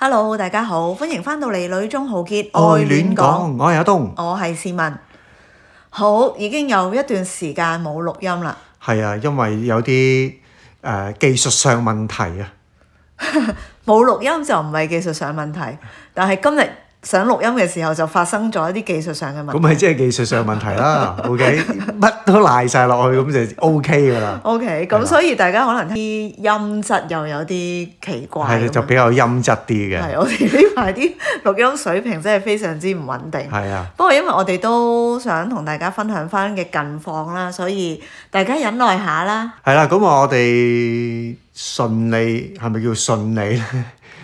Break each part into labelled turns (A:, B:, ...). A: Hello，大家好，歡迎翻到嚟《女中豪傑
B: 愛戀講，我係阿東。
A: 我係市民。好，已經有一段時間冇錄音啦。
B: 係啊，因為有啲誒、呃技術上問題啊，
A: 冇錄音就唔係技術上問題，但係今日想錄音嘅時候就發生咗一啲技術上嘅問題。
B: 咁咪即係技術上問題啦。OK，乜都賴晒落去，咁就 OK 㗎啦。
A: O K，咁所以大家可能啲音質又有啲奇怪咁
B: 係
A: 樣。
B: 就比較陰質啲嘅。
A: 係我哋呢排啲錄音水平真係非常之唔穩定。
B: 係啊，
A: 不過因為我哋都想同大家分享翻嘅近況啦，所以大家忍耐下啦，
B: 係啦。咁我哋順利係咪叫順利咧？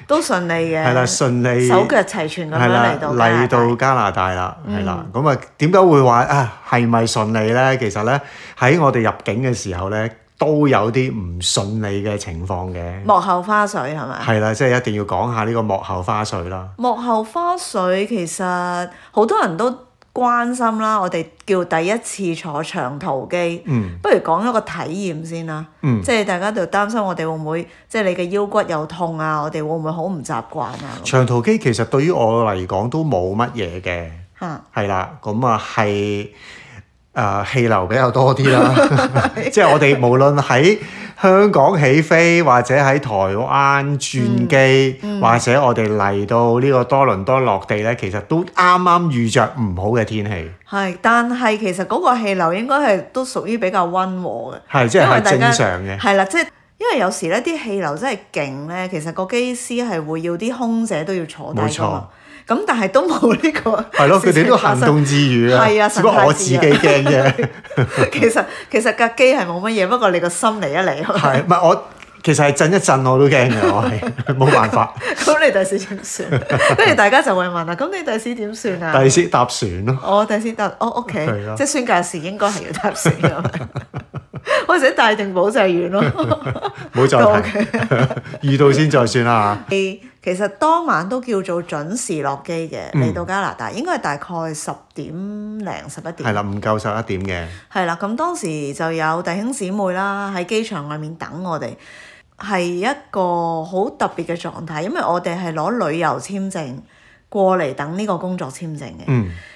A: 都順利嘅。
B: 係啦，順利
A: 手腳齊全咁樣
B: 係啦
A: 嚟，到加拿嗯
B: 嚟
A: 大
B: 到加拿大啦，係啦。咁啊，點解會話啊係咪順利咧？其實咧喺我哋入境嘅時候咧，都有啲唔順利嘅情況嘅。
A: 幕後花絮係咪？
B: 係啦，即係一定要講下呢個幕後花絮啦。
A: 幕後花絮其實好多人都關心啦，我哋叫第一次坐長途機，
B: 嗯
A: 不如講一個體驗先啦。
B: 嗯
A: 即係大家就擔心我哋會唔會，即係你嘅腰骨又痛啊，我哋會唔會好唔習慣啊？
B: 長途機其實對於我嚟講都冇乜嘢嘅，
A: 嚇，
B: 係啦，咁啊係誒氣流比較多 啲啦，即係我哋無論喺香港起飛，或者喺台灣轉機，
A: 嗯
B: 或者我哋嚟到呢個多倫多落地咧，其實都啱啱遇着唔好嘅天氣，
A: 係，但係其實嗰個氣流應該係都屬於比較溫和嘅。
B: 係即係
A: 因為
B: 係
A: 大
B: 正
A: 家
B: 常 嘅。
A: 係啦，即係因為有時咧啲氣流真係勁咧，其實個機師係會要啲空姐都要坐低
B: 冇
A: 㗎嘛。咁但係都冇呢個
B: 係咯，佢
A: 事
B: 哋
A: 情
B: 都
A: 發
B: 行
A: 生
B: 動自如啊，
A: 係啊
B: 只不過我自己
A: 神態
B: 驚啫。
A: 其實其實架機係冇乜嘢，不過你個心嚟一嚟，
B: 係，唔係我其實係震一震我都驚嘅，我 係冇辦法。
A: 咁你第時點算？ 跟住大家就會問啦，咁你第時點算啊？
B: 第時搭船咯，
A: 我第時得，我屋企
B: 係咯
A: 即係宣教士應該係要搭船嘅， 或者帶定保濟丸咯。都
B: 冇再提， 遇到先再算啦
A: 其實當晚都叫做準時落機嘅，
B: 嗯
A: 嚟到加拿大應該係大概十點零十一
B: 嚇。係
A: 點。
B: 啦，唔夠十一點
A: 係啦，咁當時就有弟兄姊妹啦喺機場外面等我哋，係一個好特別嘅狀態，因為我哋係攞旅遊簽證過嚟等呢個工作簽證嘅，咁、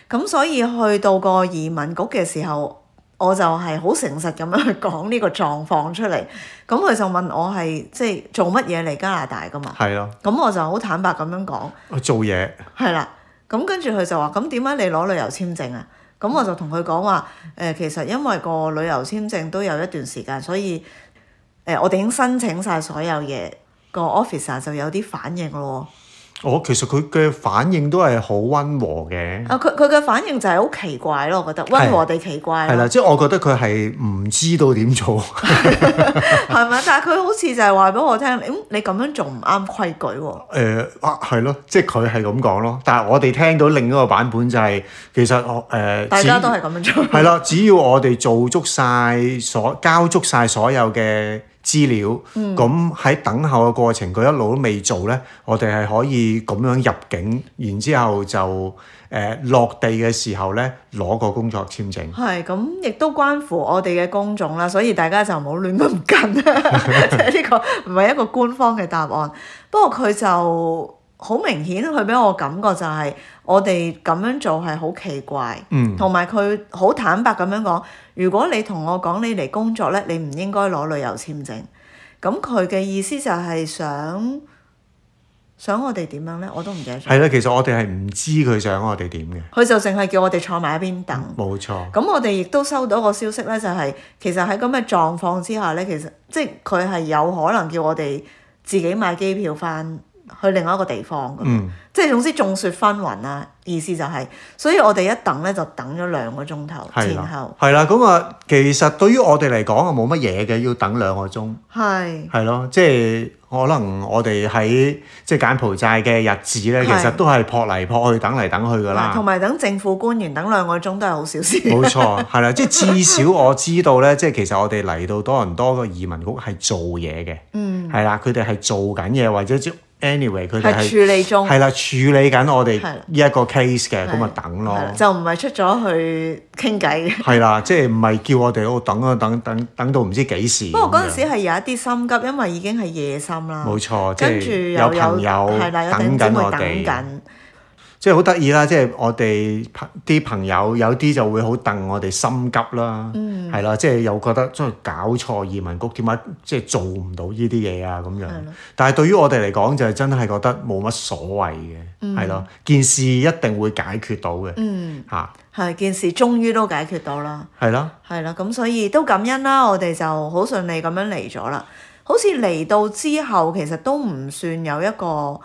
B: 嗯
A: 所以去到個移民局嘅時候，我就係好誠實咁樣去講呢個狀況出嚟，咁佢就問我係即係做乜嘢嚟加拿大噶嘛
B: 嘅，，係咯，
A: 咁我就好坦白咁樣講。
B: 我做嘢
A: 係啦，咁跟住佢就話：咁點解你攞旅遊簽證啊？咁我就同佢講話：誒、其實因為個旅遊簽證都有一段時間，所以誒、我哋已經申請晒所有嘢，個
B: 嗯
A: officer 就有啲反應咯
B: 我其實佢嘅反應都係好温和嘅
A: 喎。，啊，佢佢嘅反應就係好奇怪咯，我覺得温和地奇怪啊
B: 係
A: 咯
B: 啦，，即係我覺得佢係唔知道點做，
A: 係咪？但係佢好似就係話俾我聽，嗯，你咁樣做唔啱規矩喎、
B: 誒啊係咯，即係佢係咁講咯。但係我哋聽到另一個版本就係其實我誒，
A: 大家
B: 只
A: 都係咁樣做。
B: 係啦，只要我哋做足晒所交足晒所有嘅資料，咁喺、等候嘅過程，佢一路都未做呢，我哋係可以咁樣入境，然之後就誒、呃落地嘅時候呢，攞個工作簽證。
A: 係咁，亦都關乎我哋嘅工種啦，所以大家就唔好亂咁跟， 即係呢個唔係一個官方嘅答案。不過佢就好明顯，佢俾我感覺就係我哋咁樣做係好奇怪，
B: 嗯
A: 同埋佢好坦白咁樣講，如果你同我講你嚟工作咧，你唔應該攞旅遊簽證。咁佢嘅意思就係想想我哋點樣咧，我都唔記得咗。
B: 係啦，其實我哋係唔知佢想我哋點嘅，
A: 佢就淨係叫我哋坐埋一邊等。
B: 冇錯。
A: 咁我哋亦都收到個消息咧，就係、其實喺咁嘅狀況之下咧，其實即係佢係有可能叫我哋自己買機票翻去另外一個地方咁。
B: 嗯，
A: 即係總之眾說紛紜啦，意思就係、所以我哋一等咧就等咗兩個鐘頭
B: 係
A: 前後
B: 啦，，係啦，咁啊，其實對於我哋嚟講啊，冇乜嘢嘅，要等兩個鐘。
A: 係
B: 係咯，即係可能我哋喺即係柬埔寨嘅日子咧，
A: 係
B: 其實都係撲嚟撲去、等嚟等去
A: 同
B: 噶啦。
A: 埋等政府官員等兩個鐘都係好小事。
B: 冇錯，係啦，即係至少我知道咧，即係其實我哋嚟到多倫多個移民局係做嘢嘅，
A: 嗯，
B: 係啦，佢哋係做緊嘢或者即誒、 anyway 佢哋
A: 係處
B: 係
A: 理中，
B: 係啦處理緊我哋
A: 係啦
B: 呢一個 case 嘅，
A: 係
B: 咁啊等咯嗯
A: 係啦，就唔係出咗去傾偈嘅。
B: 係啦，即係唔係叫我哋喺度等啊等等等到唔知幾時咁樣。
A: 不過嗰陣時係有一啲心急，因為已經係夜深啦。
B: 冇錯，即
A: 跟住
B: 係
A: 又有
B: 有朋友
A: 係啦，有
B: 等
A: 頂
B: 緊
A: 尖
B: 我
A: 會等
B: 哋，
A: 緊，
B: 即係好得意啦！即係我哋朋啲朋友有啲就會好戥我哋心急啦，
A: 嗯
B: 係啦，即係又覺得真係搞錯移民局點解即係做唔到呢啲嘢啊咁樣
A: 係咯。
B: 但係對於我哋嚟講就係真係覺得冇乜所謂嘅，係咯，件事一定會解決到嘅
A: 嗯，
B: 嚇，
A: 係件事終於都解決到啦，
B: 係啦，
A: 係啦，咁所以都感恩啦，我哋就好順利咁樣嚟咗啦。好似嚟到之後，其實都唔算有一個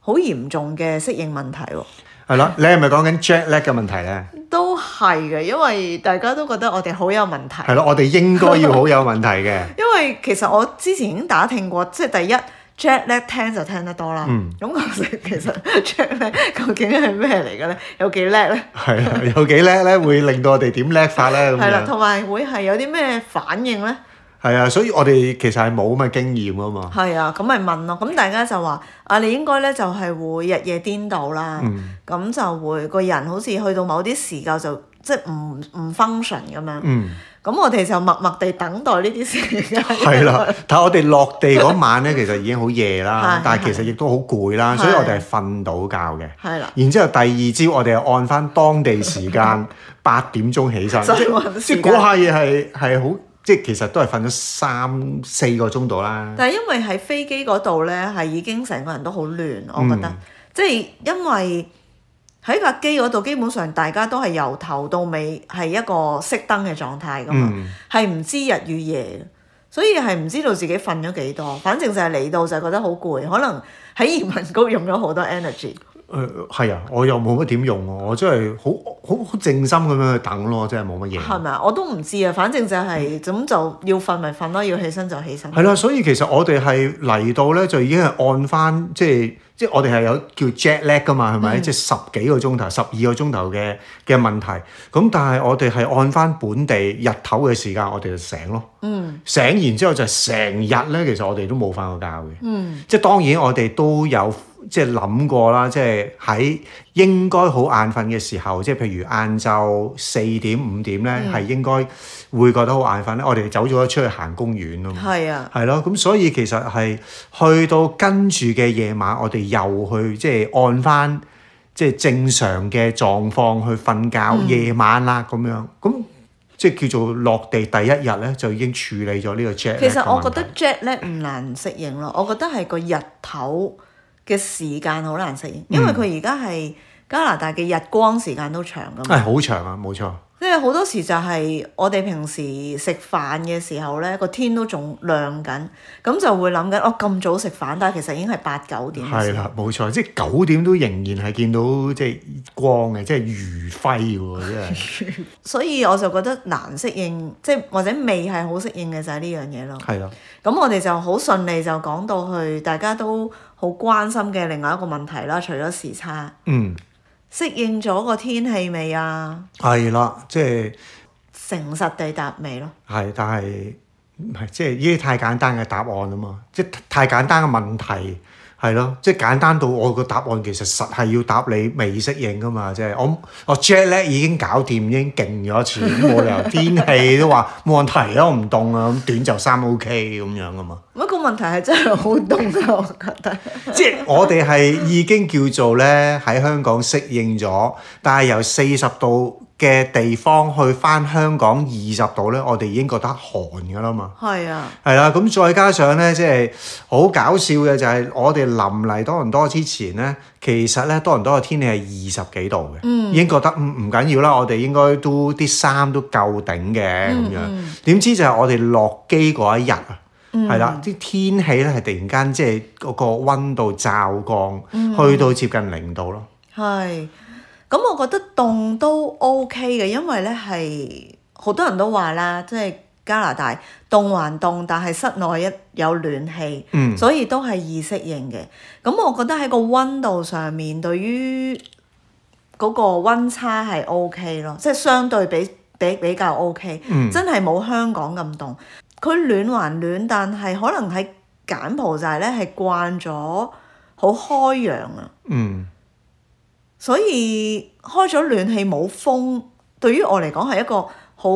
A: 好嚴重嘅適應問題喎。
B: 係啦。你係咪講緊 jet lag 嘅問題咧？
A: 都係嘅，因為大家都覺得我哋好有問題。
B: 係咯，我哋應該要好有問題嘅。
A: 因為其實我之前已經打聽過，即係第一 jet lag 聽就聽得多啦。
B: 嗯
A: 咁其實 jet lag 究竟係咩嚟嘅咧？有幾叻咧？
B: 係啊，有幾叻咧，會令到我哋點叻法咧咁
A: 係啦，
B: 樣。
A: 同埋會係有啲咩反應咧？
B: 係啊，所以我哋其實係冇咁嘅經驗啊嘛。
A: 係啊，咁咪問咯。咁大家就話啊，你應該咧就係會日夜顛倒啦。
B: 嗯
A: 咁、就會個人好似去到某啲時間就即係唔唔 function 咁樣。咁、
B: 嗯，
A: 我哋就默默地等待呢啲時間。
B: 係 啦。但係我哋落地嗰晚咧，其實已經好夜啦
A: 係，
B: 但係其實亦都好攰啦，
A: 係
B: 所以我哋係瞓到覺嘅。
A: 係啦，
B: 然之後第二朝我哋係按翻當地時 間八點鐘起身，
A: 再搵
B: 即
A: 時
B: 係
A: 間
B: 嗰下嘢係係好，即係其實都係瞓咗三四個鐘度啦。
A: 但係因為喺飛機嗰度咧，係已經成個人都好亂，我覺得，
B: 嗯
A: 即係因為喺架機嗰度，基本上大家都係由頭到尾係一個熄燈嘅狀態噶嘛，
B: 嗯，
A: 係唔、知日與夜嘅，所以係唔知道自己瞓咗幾多，反正就係嚟到就覺得好攰，可能喺移民局用咗好多 energy，
B: 誒係啊，我又冇乜點用喎，我真係好好好靜心咁樣去等咯，真係冇乜嘢。
A: 係咪啊？我都唔知啊，反正就係、咁就要瞓咪瞓咯，要起身就起身。
B: 係啦，所以其實我哋係嚟到咧，就已經係按翻即係即係我哋係有叫 jet lag 噶嘛，係
A: 嗯
B: 咪？即係十幾個鐘頭、十二個鐘頭嘅嘅問題。咁但係我哋係按翻本地日頭嘅時間，我哋就醒咯。
A: 嗯
B: 醒完之後就成日咧，其實我哋都冇翻過覺嘅。
A: 嗯，
B: 即係當然我哋都有即係諗過啦，即係喺應該好眼瞓嘅時候，即係譬如晏晝四點五點咧，
A: 嗯
B: 係、應該會覺得好眼瞓咧。我哋走咗出去行公園咯。
A: 係啊。
B: 係咯，咁所以其實係去到跟住嘅夜晚，我哋又去即係按翻即係正常嘅狀況去瞓覺、
A: 嗯
B: 夜晚啦咁樣，咁即係叫做落地第一日咧，就已經處理咗呢個 jet lag
A: 其實
B: 嘅
A: 我
B: 問
A: 覺
B: 題
A: 得 jet lag 唔難適應咯，我覺得係個日頭嘅時間好難適應，因
B: 嗯
A: 為佢而家係加拿大嘅日光時間都長噶嘛，
B: 係好長啊，冇錯，
A: 即係好多時就係我哋平時食飯嘅時候咧，個天都仲亮緊，咁就會諗緊哦咁早食飯，但係其實已經係八九點嘅時
B: 係
A: 候。
B: 啦，冇錯，即係九點都仍然係見到即係光嘅，即係餘暉喎，真係
A: 所以我就覺得難適應，即係或者未係好適應嘅就係呢樣嘢咯。
B: 係啦，
A: 咁我哋就好順利就講到去大家都好關心嘅另外一個問題啦，除咗時差。
B: 嗯，
A: 適應咗個天氣未啊？
B: 係啦，即係。
A: 誠實地答未咯，
B: 係，但係唔係即係呢啲太簡單嘅答案啊嘛，即係太簡單嘅問題係咯，即係簡單到我個答案其實實係要答你未適應噶嘛，即係我我 jet 咧已經搞掂，已經勁咗一次，咁冇理由天氣都話 冇問題啦，我唔凍啊，咁短袖衫 OK 咁樣噶嘛，
A: 乜個問題係真係好凍啊！我覺得
B: 即係我哋係已經叫做咧喺香港適應咗，但係由四十度嘅地方去翻香港二十度咧，我哋已經覺得寒噶啦嘛。
A: 係啊，
B: 係啦，咁再加上咧，即係好搞笑嘅就係我哋臨嚟多倫多之前咧，其實咧多倫多嘅天氣係二十幾度嘅，已經覺得嗯唔緊要啦，我哋應該都啲衫都夠頂嘅
A: 嗯
B: 咁樣。點知就係我哋落機嗰一日啊，
A: 嗯
B: 係啦，啲天氣咧係突然間即係嗰個温度驟降，
A: 嗯
B: 去到接近零度咯。
A: 係。咁我覺得凍都 OK 嘅，因為咧係好多人都話啦，即係加拿大凍還凍，但係室內一有暖氣，
B: 嗯
A: 所以都係易適應嘅。咁我覺得喺個温度上面，對於嗰個温差係 OK 咯，即係相對比比比較 OK。
B: 嗯
A: 真係冇香港咁凍。佢暖還暖，但係可能喺柬埔寨咧係慣咗好開揚啊！
B: 嗯
A: 所以開咗暖氣冇風，對於我嚟講係一個好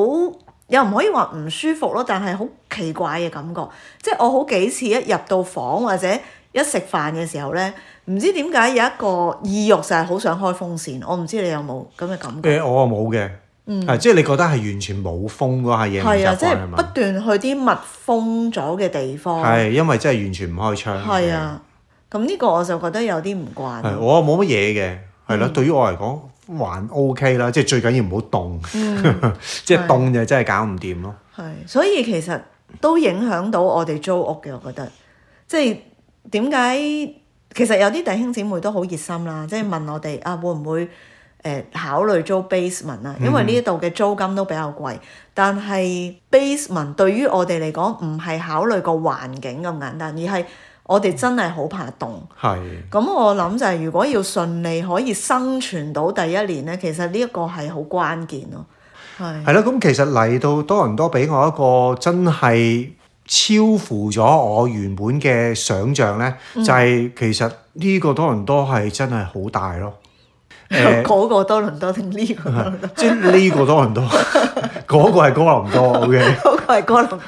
A: 又唔可以話唔舒服咯，但係好奇怪嘅感覺。即係我好幾次一入到房或者一食飯嘅時候呢，唔知點解有一個意欲就係好想開風扇。我唔知你有冇咁嘅感覺？
B: 誒、我啊冇嘅，啊即係你覺得係完全冇風嗰下嘢
A: 嗯
B: 唔
A: 係啊，
B: 習
A: 即
B: 慣係
A: 係不
B: 嘛？
A: 斷去啲密封咗嘅地方。
B: 係因為真係完全唔開窗。
A: 係啊，咁呢個我就覺得有啲唔慣。
B: 係，嗯我冇乜嘢嘅，係啦。對於我嚟講還 OK 啦，即係最緊要唔好凍， 即嗯係凍就真係搞唔掂咯。
A: 係，所以其實都影響到我哋租屋嘅，我覺得。即係點解？其實有啲弟兄姊妹都好熱心啦，即係問我哋啊，會唔會誒、呃考慮租 basement 啊？因為呢度嘅租金都比較貴，但係 basement 對於我哋嚟講唔係考慮個環境咁簡單，而係我哋真係好怕凍。
B: 係
A: 咁我諗就係如果要順利可以生存到第一年呢，其實呢一個係好關鍵咯。係。
B: 係啦，咁其實嚟到多倫多俾我一個真係超乎咗我原本嘅想像咧，就係其實呢個多倫多係真係好大 咯。誒
A: 嗰個多倫多定呢 個多倫多？
B: 即係呢個多倫 多，嗰個係哥林多，OK，
A: 嗰個係哥倫多，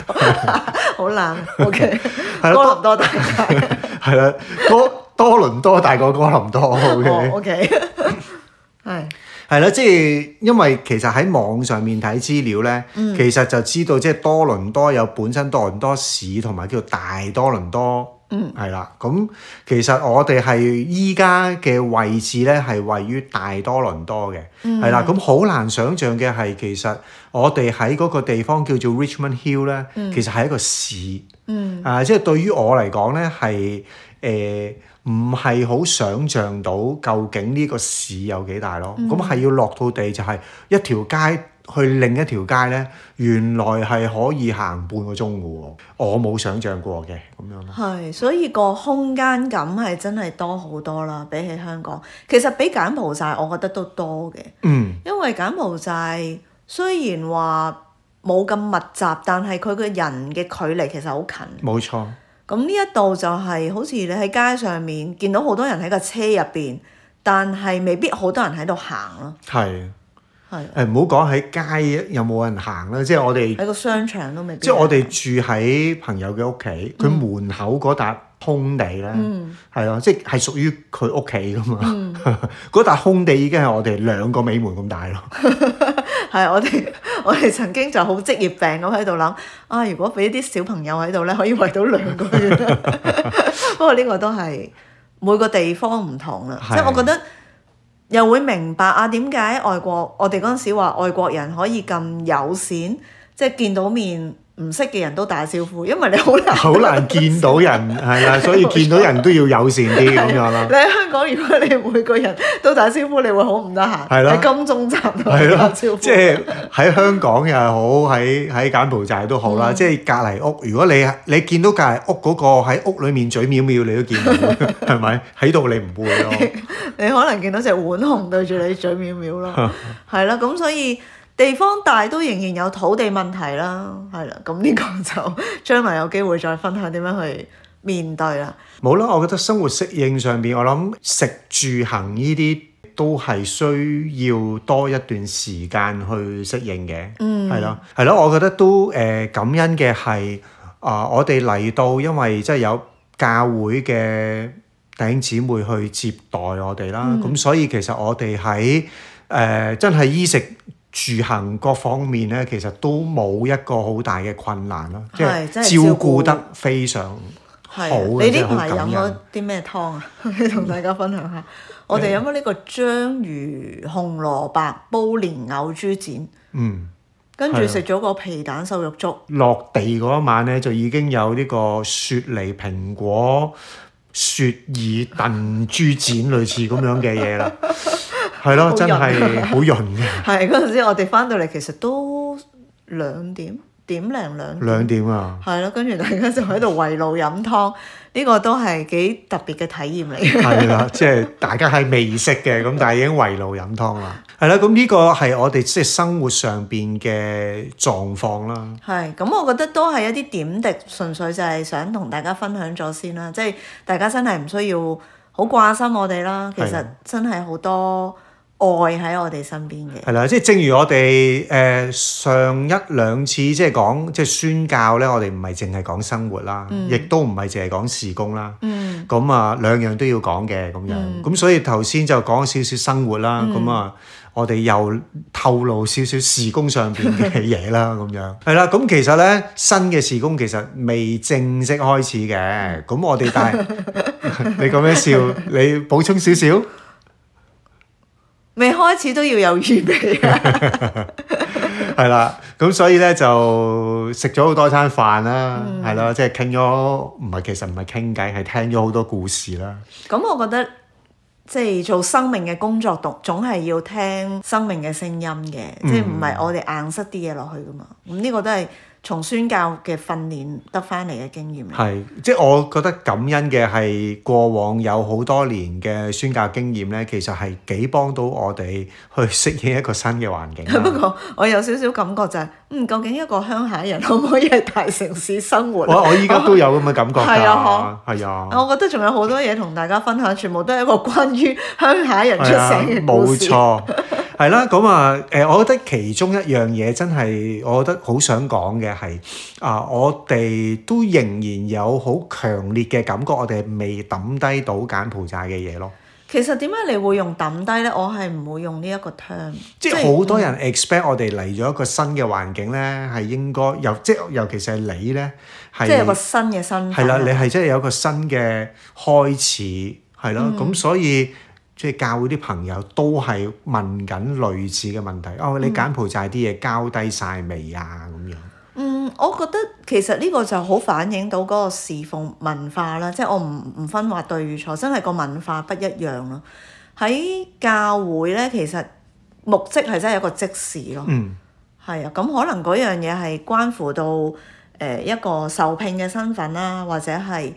A: 好冷。OK，
B: 係啦
A: 哥倫多大街。
B: 係啦，多多倫多大過哥林多
A: 哦
B: ，OK，
A: OK，係
B: 係啦，即係因為其實喺網上面睇資料咧，其實就知道即係多倫多有本身多倫多市同埋叫大多倫多，嗯，係啦，咁其實我哋係依家嘅位置咧係位於大多倫多嘅，係啦，咁好難想像嘅係其實我哋喺嗰個地方叫做 Richmond Hill 咧，其實係一個市。啊，即係對於我嚟講咧，係誒唔係好想像到究竟呢個市有幾大咯。咁係、要落到地就係一條街去另一條街咧，原來係可以行半個鐘嘅喎，我冇想像過嘅咁樣咯。
A: 係，所以個空間感係真係多好多啦，比起香港，其實比柬埔寨我覺得都多嘅，
B: 嗯，
A: 因為柬埔寨雖然話冇咁密集，但係佢個人嘅距離其實好近。
B: 冇錯，
A: 咁呢一度就係好似你喺街上面見到好多人喺個車入邊，但係未必好多人喺度行咯，
B: 係
A: 係
B: 誒唔好講喺街有冇人行啦，即係我哋
A: 喺個商場都未必。
B: 即係我哋住喺朋友嘅屋企，佢門口嗰笪空地咧，係咯、即係屬於佢屋企噶嘛。 嗰笪、空地已經係我哋兩個尾門咁大咯。
A: 係我哋我哋曾經就好職業病咁喺度諗啊，如果俾啲小朋友喺度咧，可以圍到兩個月。 不過呢個都係每個地方唔同啦，
B: 係
A: 即係我覺得又會明白啊點解外國我哋嗰陣時話外國人可以咁友善，即係見到面唔識嘅人都打招呼，因為你好難
B: 好難見到人，係啦，所以見到人都要友善啲咁樣 啦。
A: 你喺香港，如果你每個人都打招呼，你會好唔得閒。
B: 係咯
A: 喺金鐘站度
B: 係
A: 打
B: 咯，
A: 招呼。
B: 即係喺香港又好，喺喺柬埔寨都好啦。即係隔離屋，如果你你見到隔離屋嗰個喺屋裏面嘴藐藐，你都見到，係咪？喺度你唔會咯。
A: 你可能見到隻浣熊對住你嘴藐藐咯，係啦。咁所以地方大都仍然有土地問題啦，係啦。咁呢個就將來有機會再分享點樣去面對啦。
B: 冇啦，我覺得生活適應上邊，我諗食住行呢啲都係需要多一段時間去適應嘅，嗯，係咯，係咯，我覺得都誒、呃感恩嘅係啊，我哋嚟到，因為即係有教會嘅弟兄姊妹去接待我哋啦，咁、所以其實我哋喺誒真係衣食住行各方面咧，其實都冇一個好大嘅困難啦，即係
A: 係真係
B: 照
A: 照
B: 顧
A: 顧
B: 得非常。
A: 係
B: 好
A: 啊，
B: 嘅
A: 你
B: 真係
A: 呢
B: 好
A: 排
B: 感
A: 飲咗
B: 人嗯
A: 啲咩湯啊？ 同大家分享下。我哋飲咗呢個章魚紅蘿蔔煲蓮藕豬展，
B: 嗯。
A: 跟
B: 係
A: 住
B: 啊
A: 食咗個皮蛋瘦肉粥。
B: 落地嗰一晚咧，就已經有呢個雪梨蘋果雪耳燉豬展類似咁樣嘅嘢 啦，係咯，
A: 好潤
B: 真係好潤嘅，
A: 係嗰陣時，我哋翻到嚟其實都兩點點零兩點，
B: 兩點啊！
A: 係咯，跟住大家就喺度圍爐飲湯，呢個都係幾特別嘅體驗嚟嘅。
B: 係啦，即係大家係未識嘅，咁但係已經圍爐飲湯啦。係啦，咁呢個係我哋即係生活上邊嘅狀況啦。
A: 係，咁我覺得都係一啲點滴，純粹就係想同大家分享咗先啦。即係大家真係唔需要好掛心我哋啦。其實
B: 係
A: 真係好多愛喺我哋身邊嘅。
B: 係啦，即係正如我哋誒、呃上一兩次即係講即係宣教咧，我哋唔係淨係講生活啦，亦都唔係淨係講事工啦。
A: 嗯，
B: 咁啊，兩樣都要講嘅咁樣。咁、所以頭先就講少少生活啦。咁、啊，我哋又透露少少事工上邊嘅嘢啦，咁樣。係啦，咁其實咧新嘅事工其實未正式開始嘅。咁我哋但係 你咁樣笑，你補充少少。
A: 未開始都要有預備啊。
B: 係啦，咁所以咧就食咗好多餐飯啦，
A: 嗯
B: 係啦、即係傾咗唔係其實唔係傾偈，係聽咗好多故事啦。
A: 咁我覺得即係做生命嘅工作，總總係要聽生命嘅聲音嘅，
B: 嗯
A: 即係唔係我哋硬塞啲嘢落去噶嘛。咁呢個都係從宣教嘅訓練得翻嚟嘅經驗嚟。
B: 係，即係我覺得感恩嘅係過往有好多年嘅宣教經驗咧，其實係幾幫到我哋去適應一個新嘅環境啊
A: 不
B: 啦。
A: 過我有少少感覺就係、嗯，究竟一個鄉下人可唔可以喺大城市生活呢？
B: 我我依家都有咁嘅感覺㗎，
A: 係啊
B: 係啊，
A: 我覺得仲有好多嘢同大家分享，全部都係一個關於鄉下人出
B: 係啊
A: 城嘅故
B: 冇
A: 事。
B: 錯，係啦。咁啊，誒、我覺得其中一樣嘢真係，我覺得好想講嘅係啊，我哋都仍然有好強烈嘅感覺，我哋未抌低到柬埔寨嘅嘢咯。
A: 其實點解你會用抌低呢？我係唔會用呢一個 term，
B: 即係好多人 expect 我哋嚟咗一個新嘅環境咧，係應該尤即係尤其是係你咧，係
A: 即係有個新嘅身
B: 係
A: 份。
B: 啦，你係真係有一個新嘅開始，係咯，咁、所以即係教會啲朋友都係問緊類似嘅問題。哦，你柬埔寨啲嘢交低晒未啊？咁樣
A: 嗯，我覺得其實呢個就好反映到嗰個侍奉文化啦，即係我唔唔分話對與錯，真係個文化不一樣咯。喺教會呢，其實目的係真係一個即時咯，
B: 嗯，
A: 係啊，咁可能嗰樣嘢係關乎到誒、呃一個受聘嘅身份啦，或者係誒、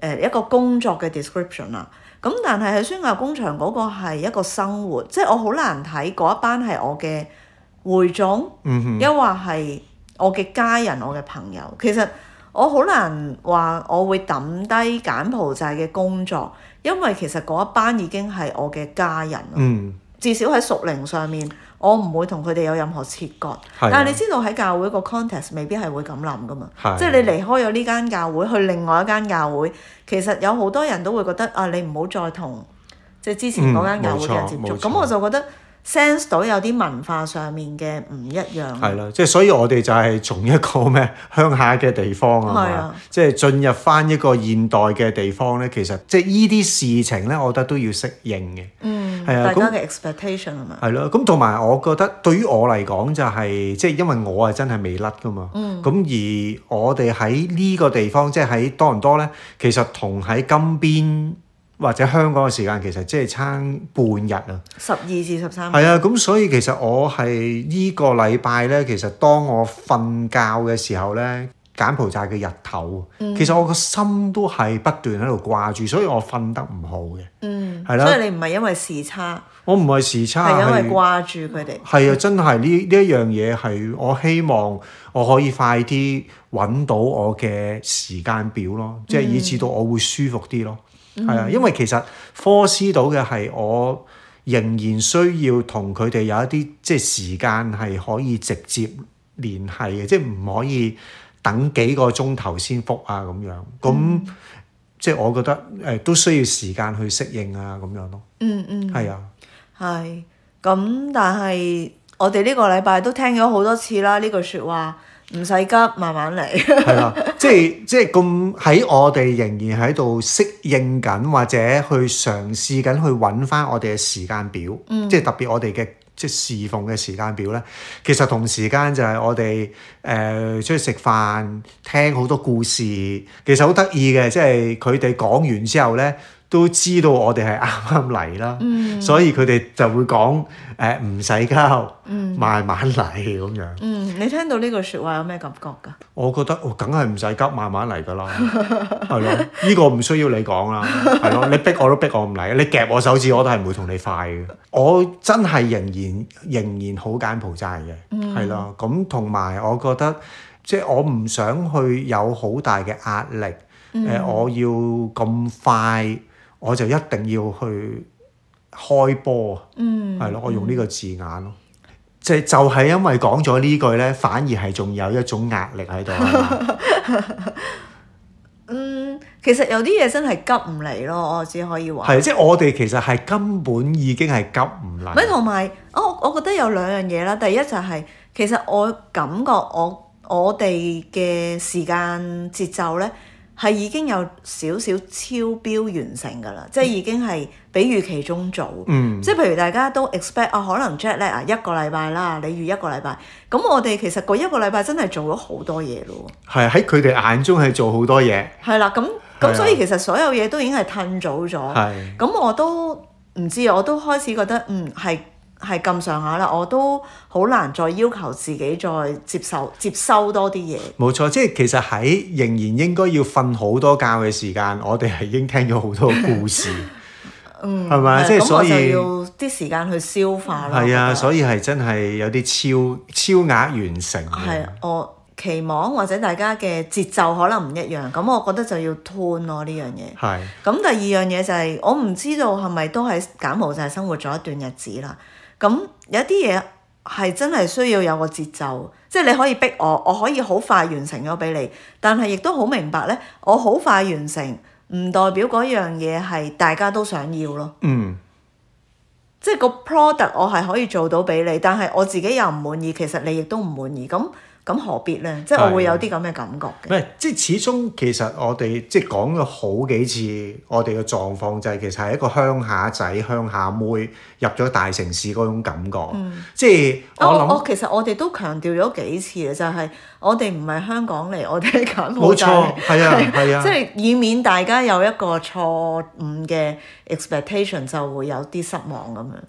A: 呃一個工作嘅 description 啦。咁但係喺宣教工場嗰個係一個生活，即係我好難睇嗰一班係我嘅會眾。
B: 嗯哼，
A: 抑或係我嘅家人、我嘅朋友，其實我好難話我會抌低柬埔寨嘅工作，因為其實嗰一班已經係我嘅家人咯。
B: 嗯，
A: 至少喺屬靈上面，我唔會同佢哋有任何切割。
B: 係啊
A: 但係你知道喺教會個 context 未必係會咁諗噶嘛，
B: 係
A: 即係你離開咗呢間教會去另外一間教會，其實有好多人都會覺得啊，你唔好再同即係之前嗰間教會嘅人接
B: 嗯冇錯
A: 觸。
B: 冇錯
A: 咁、我就覺得 sense 到有啲文化上面嘅唔一樣。
B: 係啦，即係所以我哋就係從一個咩 鄉下嘅地方啊
A: 係
B: 嘛
A: 啊，
B: 即係進入翻一個現代嘅地方咧，其實即係呢啲事情咧，我覺得都要適應嘅。
A: 嗯，
B: 係啊
A: 大
B: 咁
A: 家嘅 expectation 啊係咪？
B: 係咯，咁同埋我覺得對於我嚟講就係、即係因為我係真係未甩噶嘛，咁、而我哋喺呢個地方即係喺多倫多咧，其實同喺金邊或者香港嘅時間其實即係差半日啊。
A: 十二至十三，
B: 係啊，咁所以其實我係呢個禮拜咧，其實當我瞓覺嘅時候咧，柬埔寨嘅日頭，其實我個心都係不斷喺度掛住，所以我瞓得唔好嘅。
A: 嗯，
B: 係啦啊
A: 所以你唔係因為時差，
B: 我唔係時差，
A: 係因為掛住佢哋。
B: 係啊，真係呢呢一樣嘢係我希望我可以快啲揾到我嘅時間表
A: 嗯
B: 咯，即係以至到我會舒服啲咯。係啊，因為其實科斯島嘅係我仍然需要同佢哋有一啲即係時間係可以直接聯繫嘅，即係唔可以等幾個鐘頭先復啊咁樣。咁、
A: 嗯
B: 即係我覺得誒、都需要時間去適應啊咁樣咯。
A: 嗯嗯，
B: 係啊，
A: 係。咁但係我哋呢個禮拜都聽咗好多次啦，呢句説話唔使急，慢慢嚟。
B: 係啦，即係即係咁喺我哋仍然喺度適應緊，或者去嘗試緊去揾翻我哋嘅時間表，即係特別我哋嘅即係侍奉嘅時間表咧。其實同時間就係我哋誒、呃出去食飯，聽好多故事，其實好得意嘅，即係佢哋講完之後咧。都知道我哋係啱啱嚟啦，所以佢哋就會講誒唔使急，慢慢嚟咁樣。
A: 嗯，你聽到呢句説話有咩感覺㗎？
B: 我覺得我哦梗係唔使急，慢慢嚟㗎啦， 係咯，呢個唔需要你講啦，係咯，你逼我都逼我唔嚟，你夾我手指我都係唔會同你快嘅。我真係仍然仍然好柬埔寨嘅，
A: 嗯
B: 係啦、咁同埋我覺得即係我唔
A: 嗯
B: 想去有好大嘅壓力，誒、我要咁快。我就一定要去開波啊，
A: 嗯，
B: 係咯，我用呢個字眼咯。即係就係因為講咗呢句咧，反而係仲有一種壓力 喺度係嘛
A: 嗯，其實有啲嘢真係急唔嚟咯，我只可以話。
B: 係即係我哋其實係根本已經係急唔
A: 咪
B: 嚟，
A: 同埋，我我覺得有兩樣嘢啦。第一就係、其實我感覺我我哋嘅時間節奏咧係已經有少少超標完成㗎啦，即係已經係比預期中早。
B: 嗯，
A: 即係譬如大家都 expect 啊，可能 jet lag 啊一個禮拜啦，你預一個禮拜，咁我哋其實嗰一個禮拜真係做咗好多嘢咯喎。
B: 係喺佢哋眼中係做好多嘢，
A: 係啦，咁
B: 係啊
A: 咁所以其實所有嘢都已經係褪早咗。
B: 係
A: 咁我都唔知，啊我都開始覺得嗯係係咁上下啦，我都好難再要求自己再接受接收多啲嘢。
B: 冇錯，即係其實喺仍然應該要瞓好多覺嘅時間，我哋係已經聽咗好多 故事，
A: 嗯，
B: 係咪即係
A: 咁
B: 所
A: 我
B: 以
A: 就要啲時間去消化啦。
B: 係啊，所
A: 以
B: 以係真係有啲超超額完成嘅
A: 係。啊我期望或者大家嘅節奏可能唔一樣，咁我覺得就要 tune 咯呢樣嘢。
B: 係
A: 咁第二樣嘢就係、我唔知道係咪都喺柬埔寨生活咗一段日子啦。咁有啲嘢係真係需要有個節奏，即係你可以逼我，我可以好快完成咗俾你，但係亦都好明白咧，我好快完成唔代表嗰樣嘢係大家都想要咯。
B: 嗯
A: 即係個 product 我係可以做到俾你，但係我自己又唔滿意，其實你亦都唔滿意，咁咁何必呢？即係我會有啲咁嘅感覺
B: 唔
A: 嘅。
B: 係即係始終其實我哋即係講咗好幾次，我哋嘅狀況就係其實係一個鄉下仔、鄉下妹入咗大城市嗰種感覺，即係我
A: 啊我
B: 諗
A: 我其實我哋都強調咗幾次嘅，就係、我哋唔係香港嚟，我哋係柬埔
B: 冇
A: 寨
B: 錯，
A: 嚟，
B: 係啊係啊
A: 即。係以免大家有一個錯誤嘅 expectation，就會有啲失望咁樣。
B: 誒、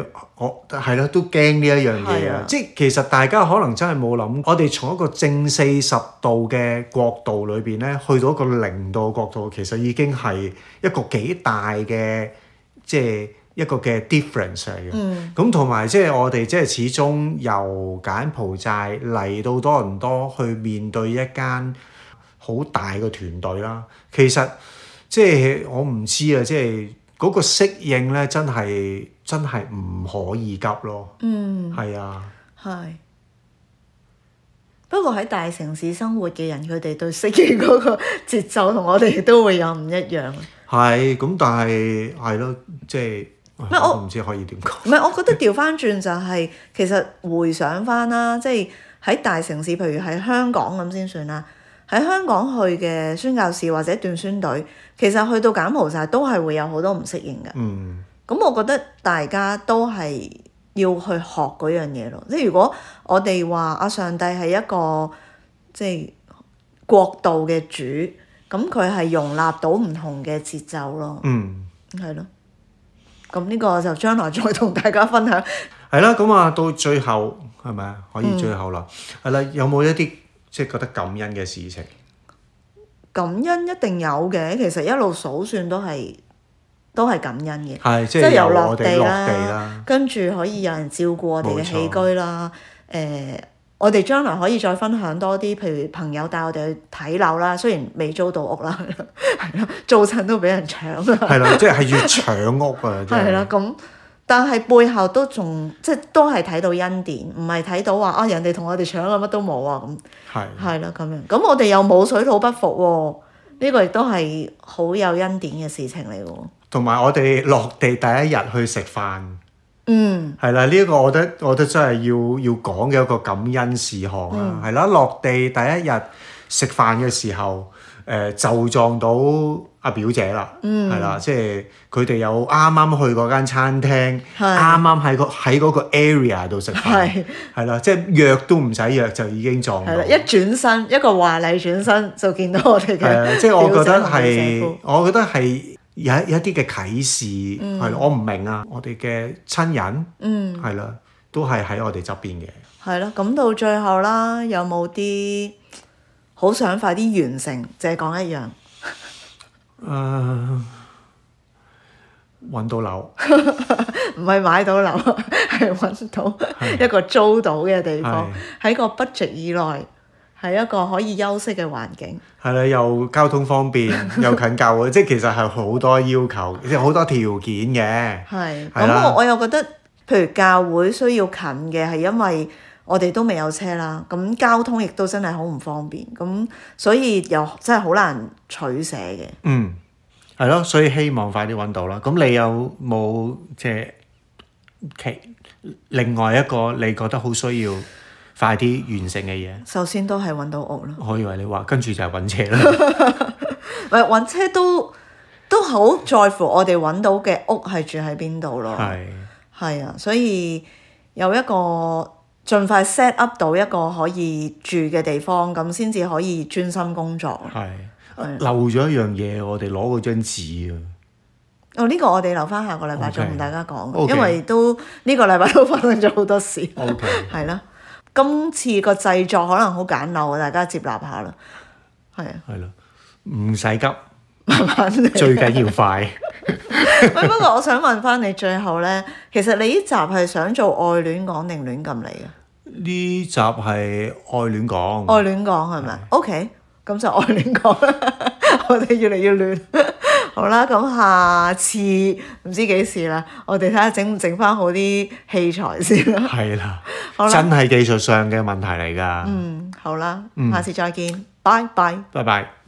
B: 呃我係咯，都驚呢一樣嘢
A: 係
B: 啊
A: 啊！
B: 即係其實大家可能真係冇諗，我哋從一個正四十度嘅角度裏邊咧，去到一個零度角度，其實已經係一個幾大嘅即係一個嘅 difference 嚟嘅。咁同埋即係我哋即係始終由柬埔寨嚟到多倫多去面對一間好大嘅團隊啦，其實即係我唔知啊，即係嗰個適應咧，真係真係唔可以急咯。
A: 嗯，
B: 係啊，
A: 係。不過喺大城市生活嘅人，佢哋對適應嗰個節奏同我哋都會有唔一樣。
B: 係咁，但係係咯，即係
A: 咩
B: 我
A: 我
B: 都唔知可以點講。
A: 唔係，我覺得調翻轉就係、其實回想翻啦，即係喺大城市，譬如喺香港咁先算啦。喺香港去嘅宣教士或者短宣隊，其實去到柬埔寨都係會有好多唔適應嘅。
B: 嗯，
A: 咁我覺得大家都係要去學嗰樣嘢咯。即係如果我哋話啊，上帝係一個即係國度嘅主，咁佢係容納到唔同嘅節奏咯。
B: 嗯。
A: 係咯。咁呢個就將來再同大家分享。
B: 係啦，咁啊，到最後係咪啊？可以最後啦，係
A: 嗯
B: 啦、有冇一啲即係覺得感恩嘅事情？
A: 感恩一定有嘅，其實一路數算都係都係感恩嘅，
B: 係即
A: 即係
B: 係由
A: 由
B: 我
A: 落
B: 哋
A: 地
B: 落
A: 啦
B: 地啦，
A: 跟住可以有人照顧我哋
B: 冇
A: 嘅
B: 錯
A: 起居啦。誒、我哋將來可以再分享多啲，譬如朋友帶我哋去睇樓啦，雖然未租到屋啦， 係啦，做親都俾人搶啦，
B: 係啊啦，即係係越搶屋啊，即
A: 係啦，咁。但係背後都仲即係都係睇到恩典，唔係睇到話啊人哋同我哋搶啊乜都冇啊咁。
B: 係
A: 係啦，咁樣咁我哋又冇水土不服喎、呢、個亦都係好有恩典嘅事情嚟嘅喎。
B: 同埋我哋落地第一日去食飯。
A: 嗯，
B: 係啦，呢、一個我覺得我覺得真係要要講嘅一個感恩事項啦。
A: 嗯
B: 係啦、落地第一日食飯嘅時候，誒、就撞到阿表姐啦，
A: 嗯
B: 係啦、即係佢哋有啱啱去嗰間餐廳，
A: 係
B: 啱啱喺個喺嗰個 area 度食飯，
A: 係
B: 係啦，即係約都唔使約就已經撞到
A: 係。啦，一轉身一個華麗轉身就見到我哋
B: 係 啊，
A: 嘅。
B: 即係我覺得
A: 表姐
B: 係，我覺得係有一有一啲嘅啟示係咯，我唔明啊，我哋嘅親人
A: 嗯，
B: 係啦，都係喺我哋側邊嘅。
A: 係啦，咁到最後啦，有冇啲好想快啲完成？就係講一樣，
B: 誒揾到樓，
A: 唔係買到樓，係揾到一個租到嘅地方，喺個 budget 以內，係一個可以休息嘅環境。
B: 係啦，又交通方便，又近教會，即 係其實係好多要求，即係好多條件嘅。
A: 係，
B: 係啦
A: 咁我我又覺得，譬如教會需要近嘅係因為我哋都未有車啦，咁交通亦都真係好唔方便，咁所以又真係好難取捨嘅。
B: 嗯，係咯，所以希望快啲揾到啦。咁你有冇即係其另外一個你覺得好需要快啲完成嘅嘢？
A: 首先都係揾到屋啦，
B: 我以為你話跟住就係揾車啦。
A: 喂，揾車都都好在乎我哋揾到嘅屋係住喺邊度咯。
B: 係
A: 係啊，所以有一個盡快 set up 到一個可以住嘅地方，咁先至可以專心工作。
B: 係啊漏咗一樣嘢，我哋攞嗰張紙啊。
A: 哦，呢、個我哋留翻下個禮拜再
B: OK
A: 同大家講
B: OK
A: 因為都呢、個禮拜都發生咗好多事，
B: O K，
A: 係啦。今次個製作可能好簡陋啊，大家接納下啦。係啊，
B: 係咯，唔使急，
A: 慢慢嚟。
B: 最緊要快。
A: 喂，不過我想問翻你最後咧，其實你呢集係想做愛戀講定亂咁嚟嘅？
B: 呢集係愛亂講，
A: 愛亂講係咪？OK，咁就愛亂講啦。 我哋越嚟越亂。 好啦，咁下次唔知幾時啦，我哋睇下整唔整翻好啲器材先啦。
B: 係啦
A: 好，啦
B: 真係技術上嘅問題嚟㗎。
A: 嗯嗯，好啦，下次再見，拜拜。
B: 拜拜。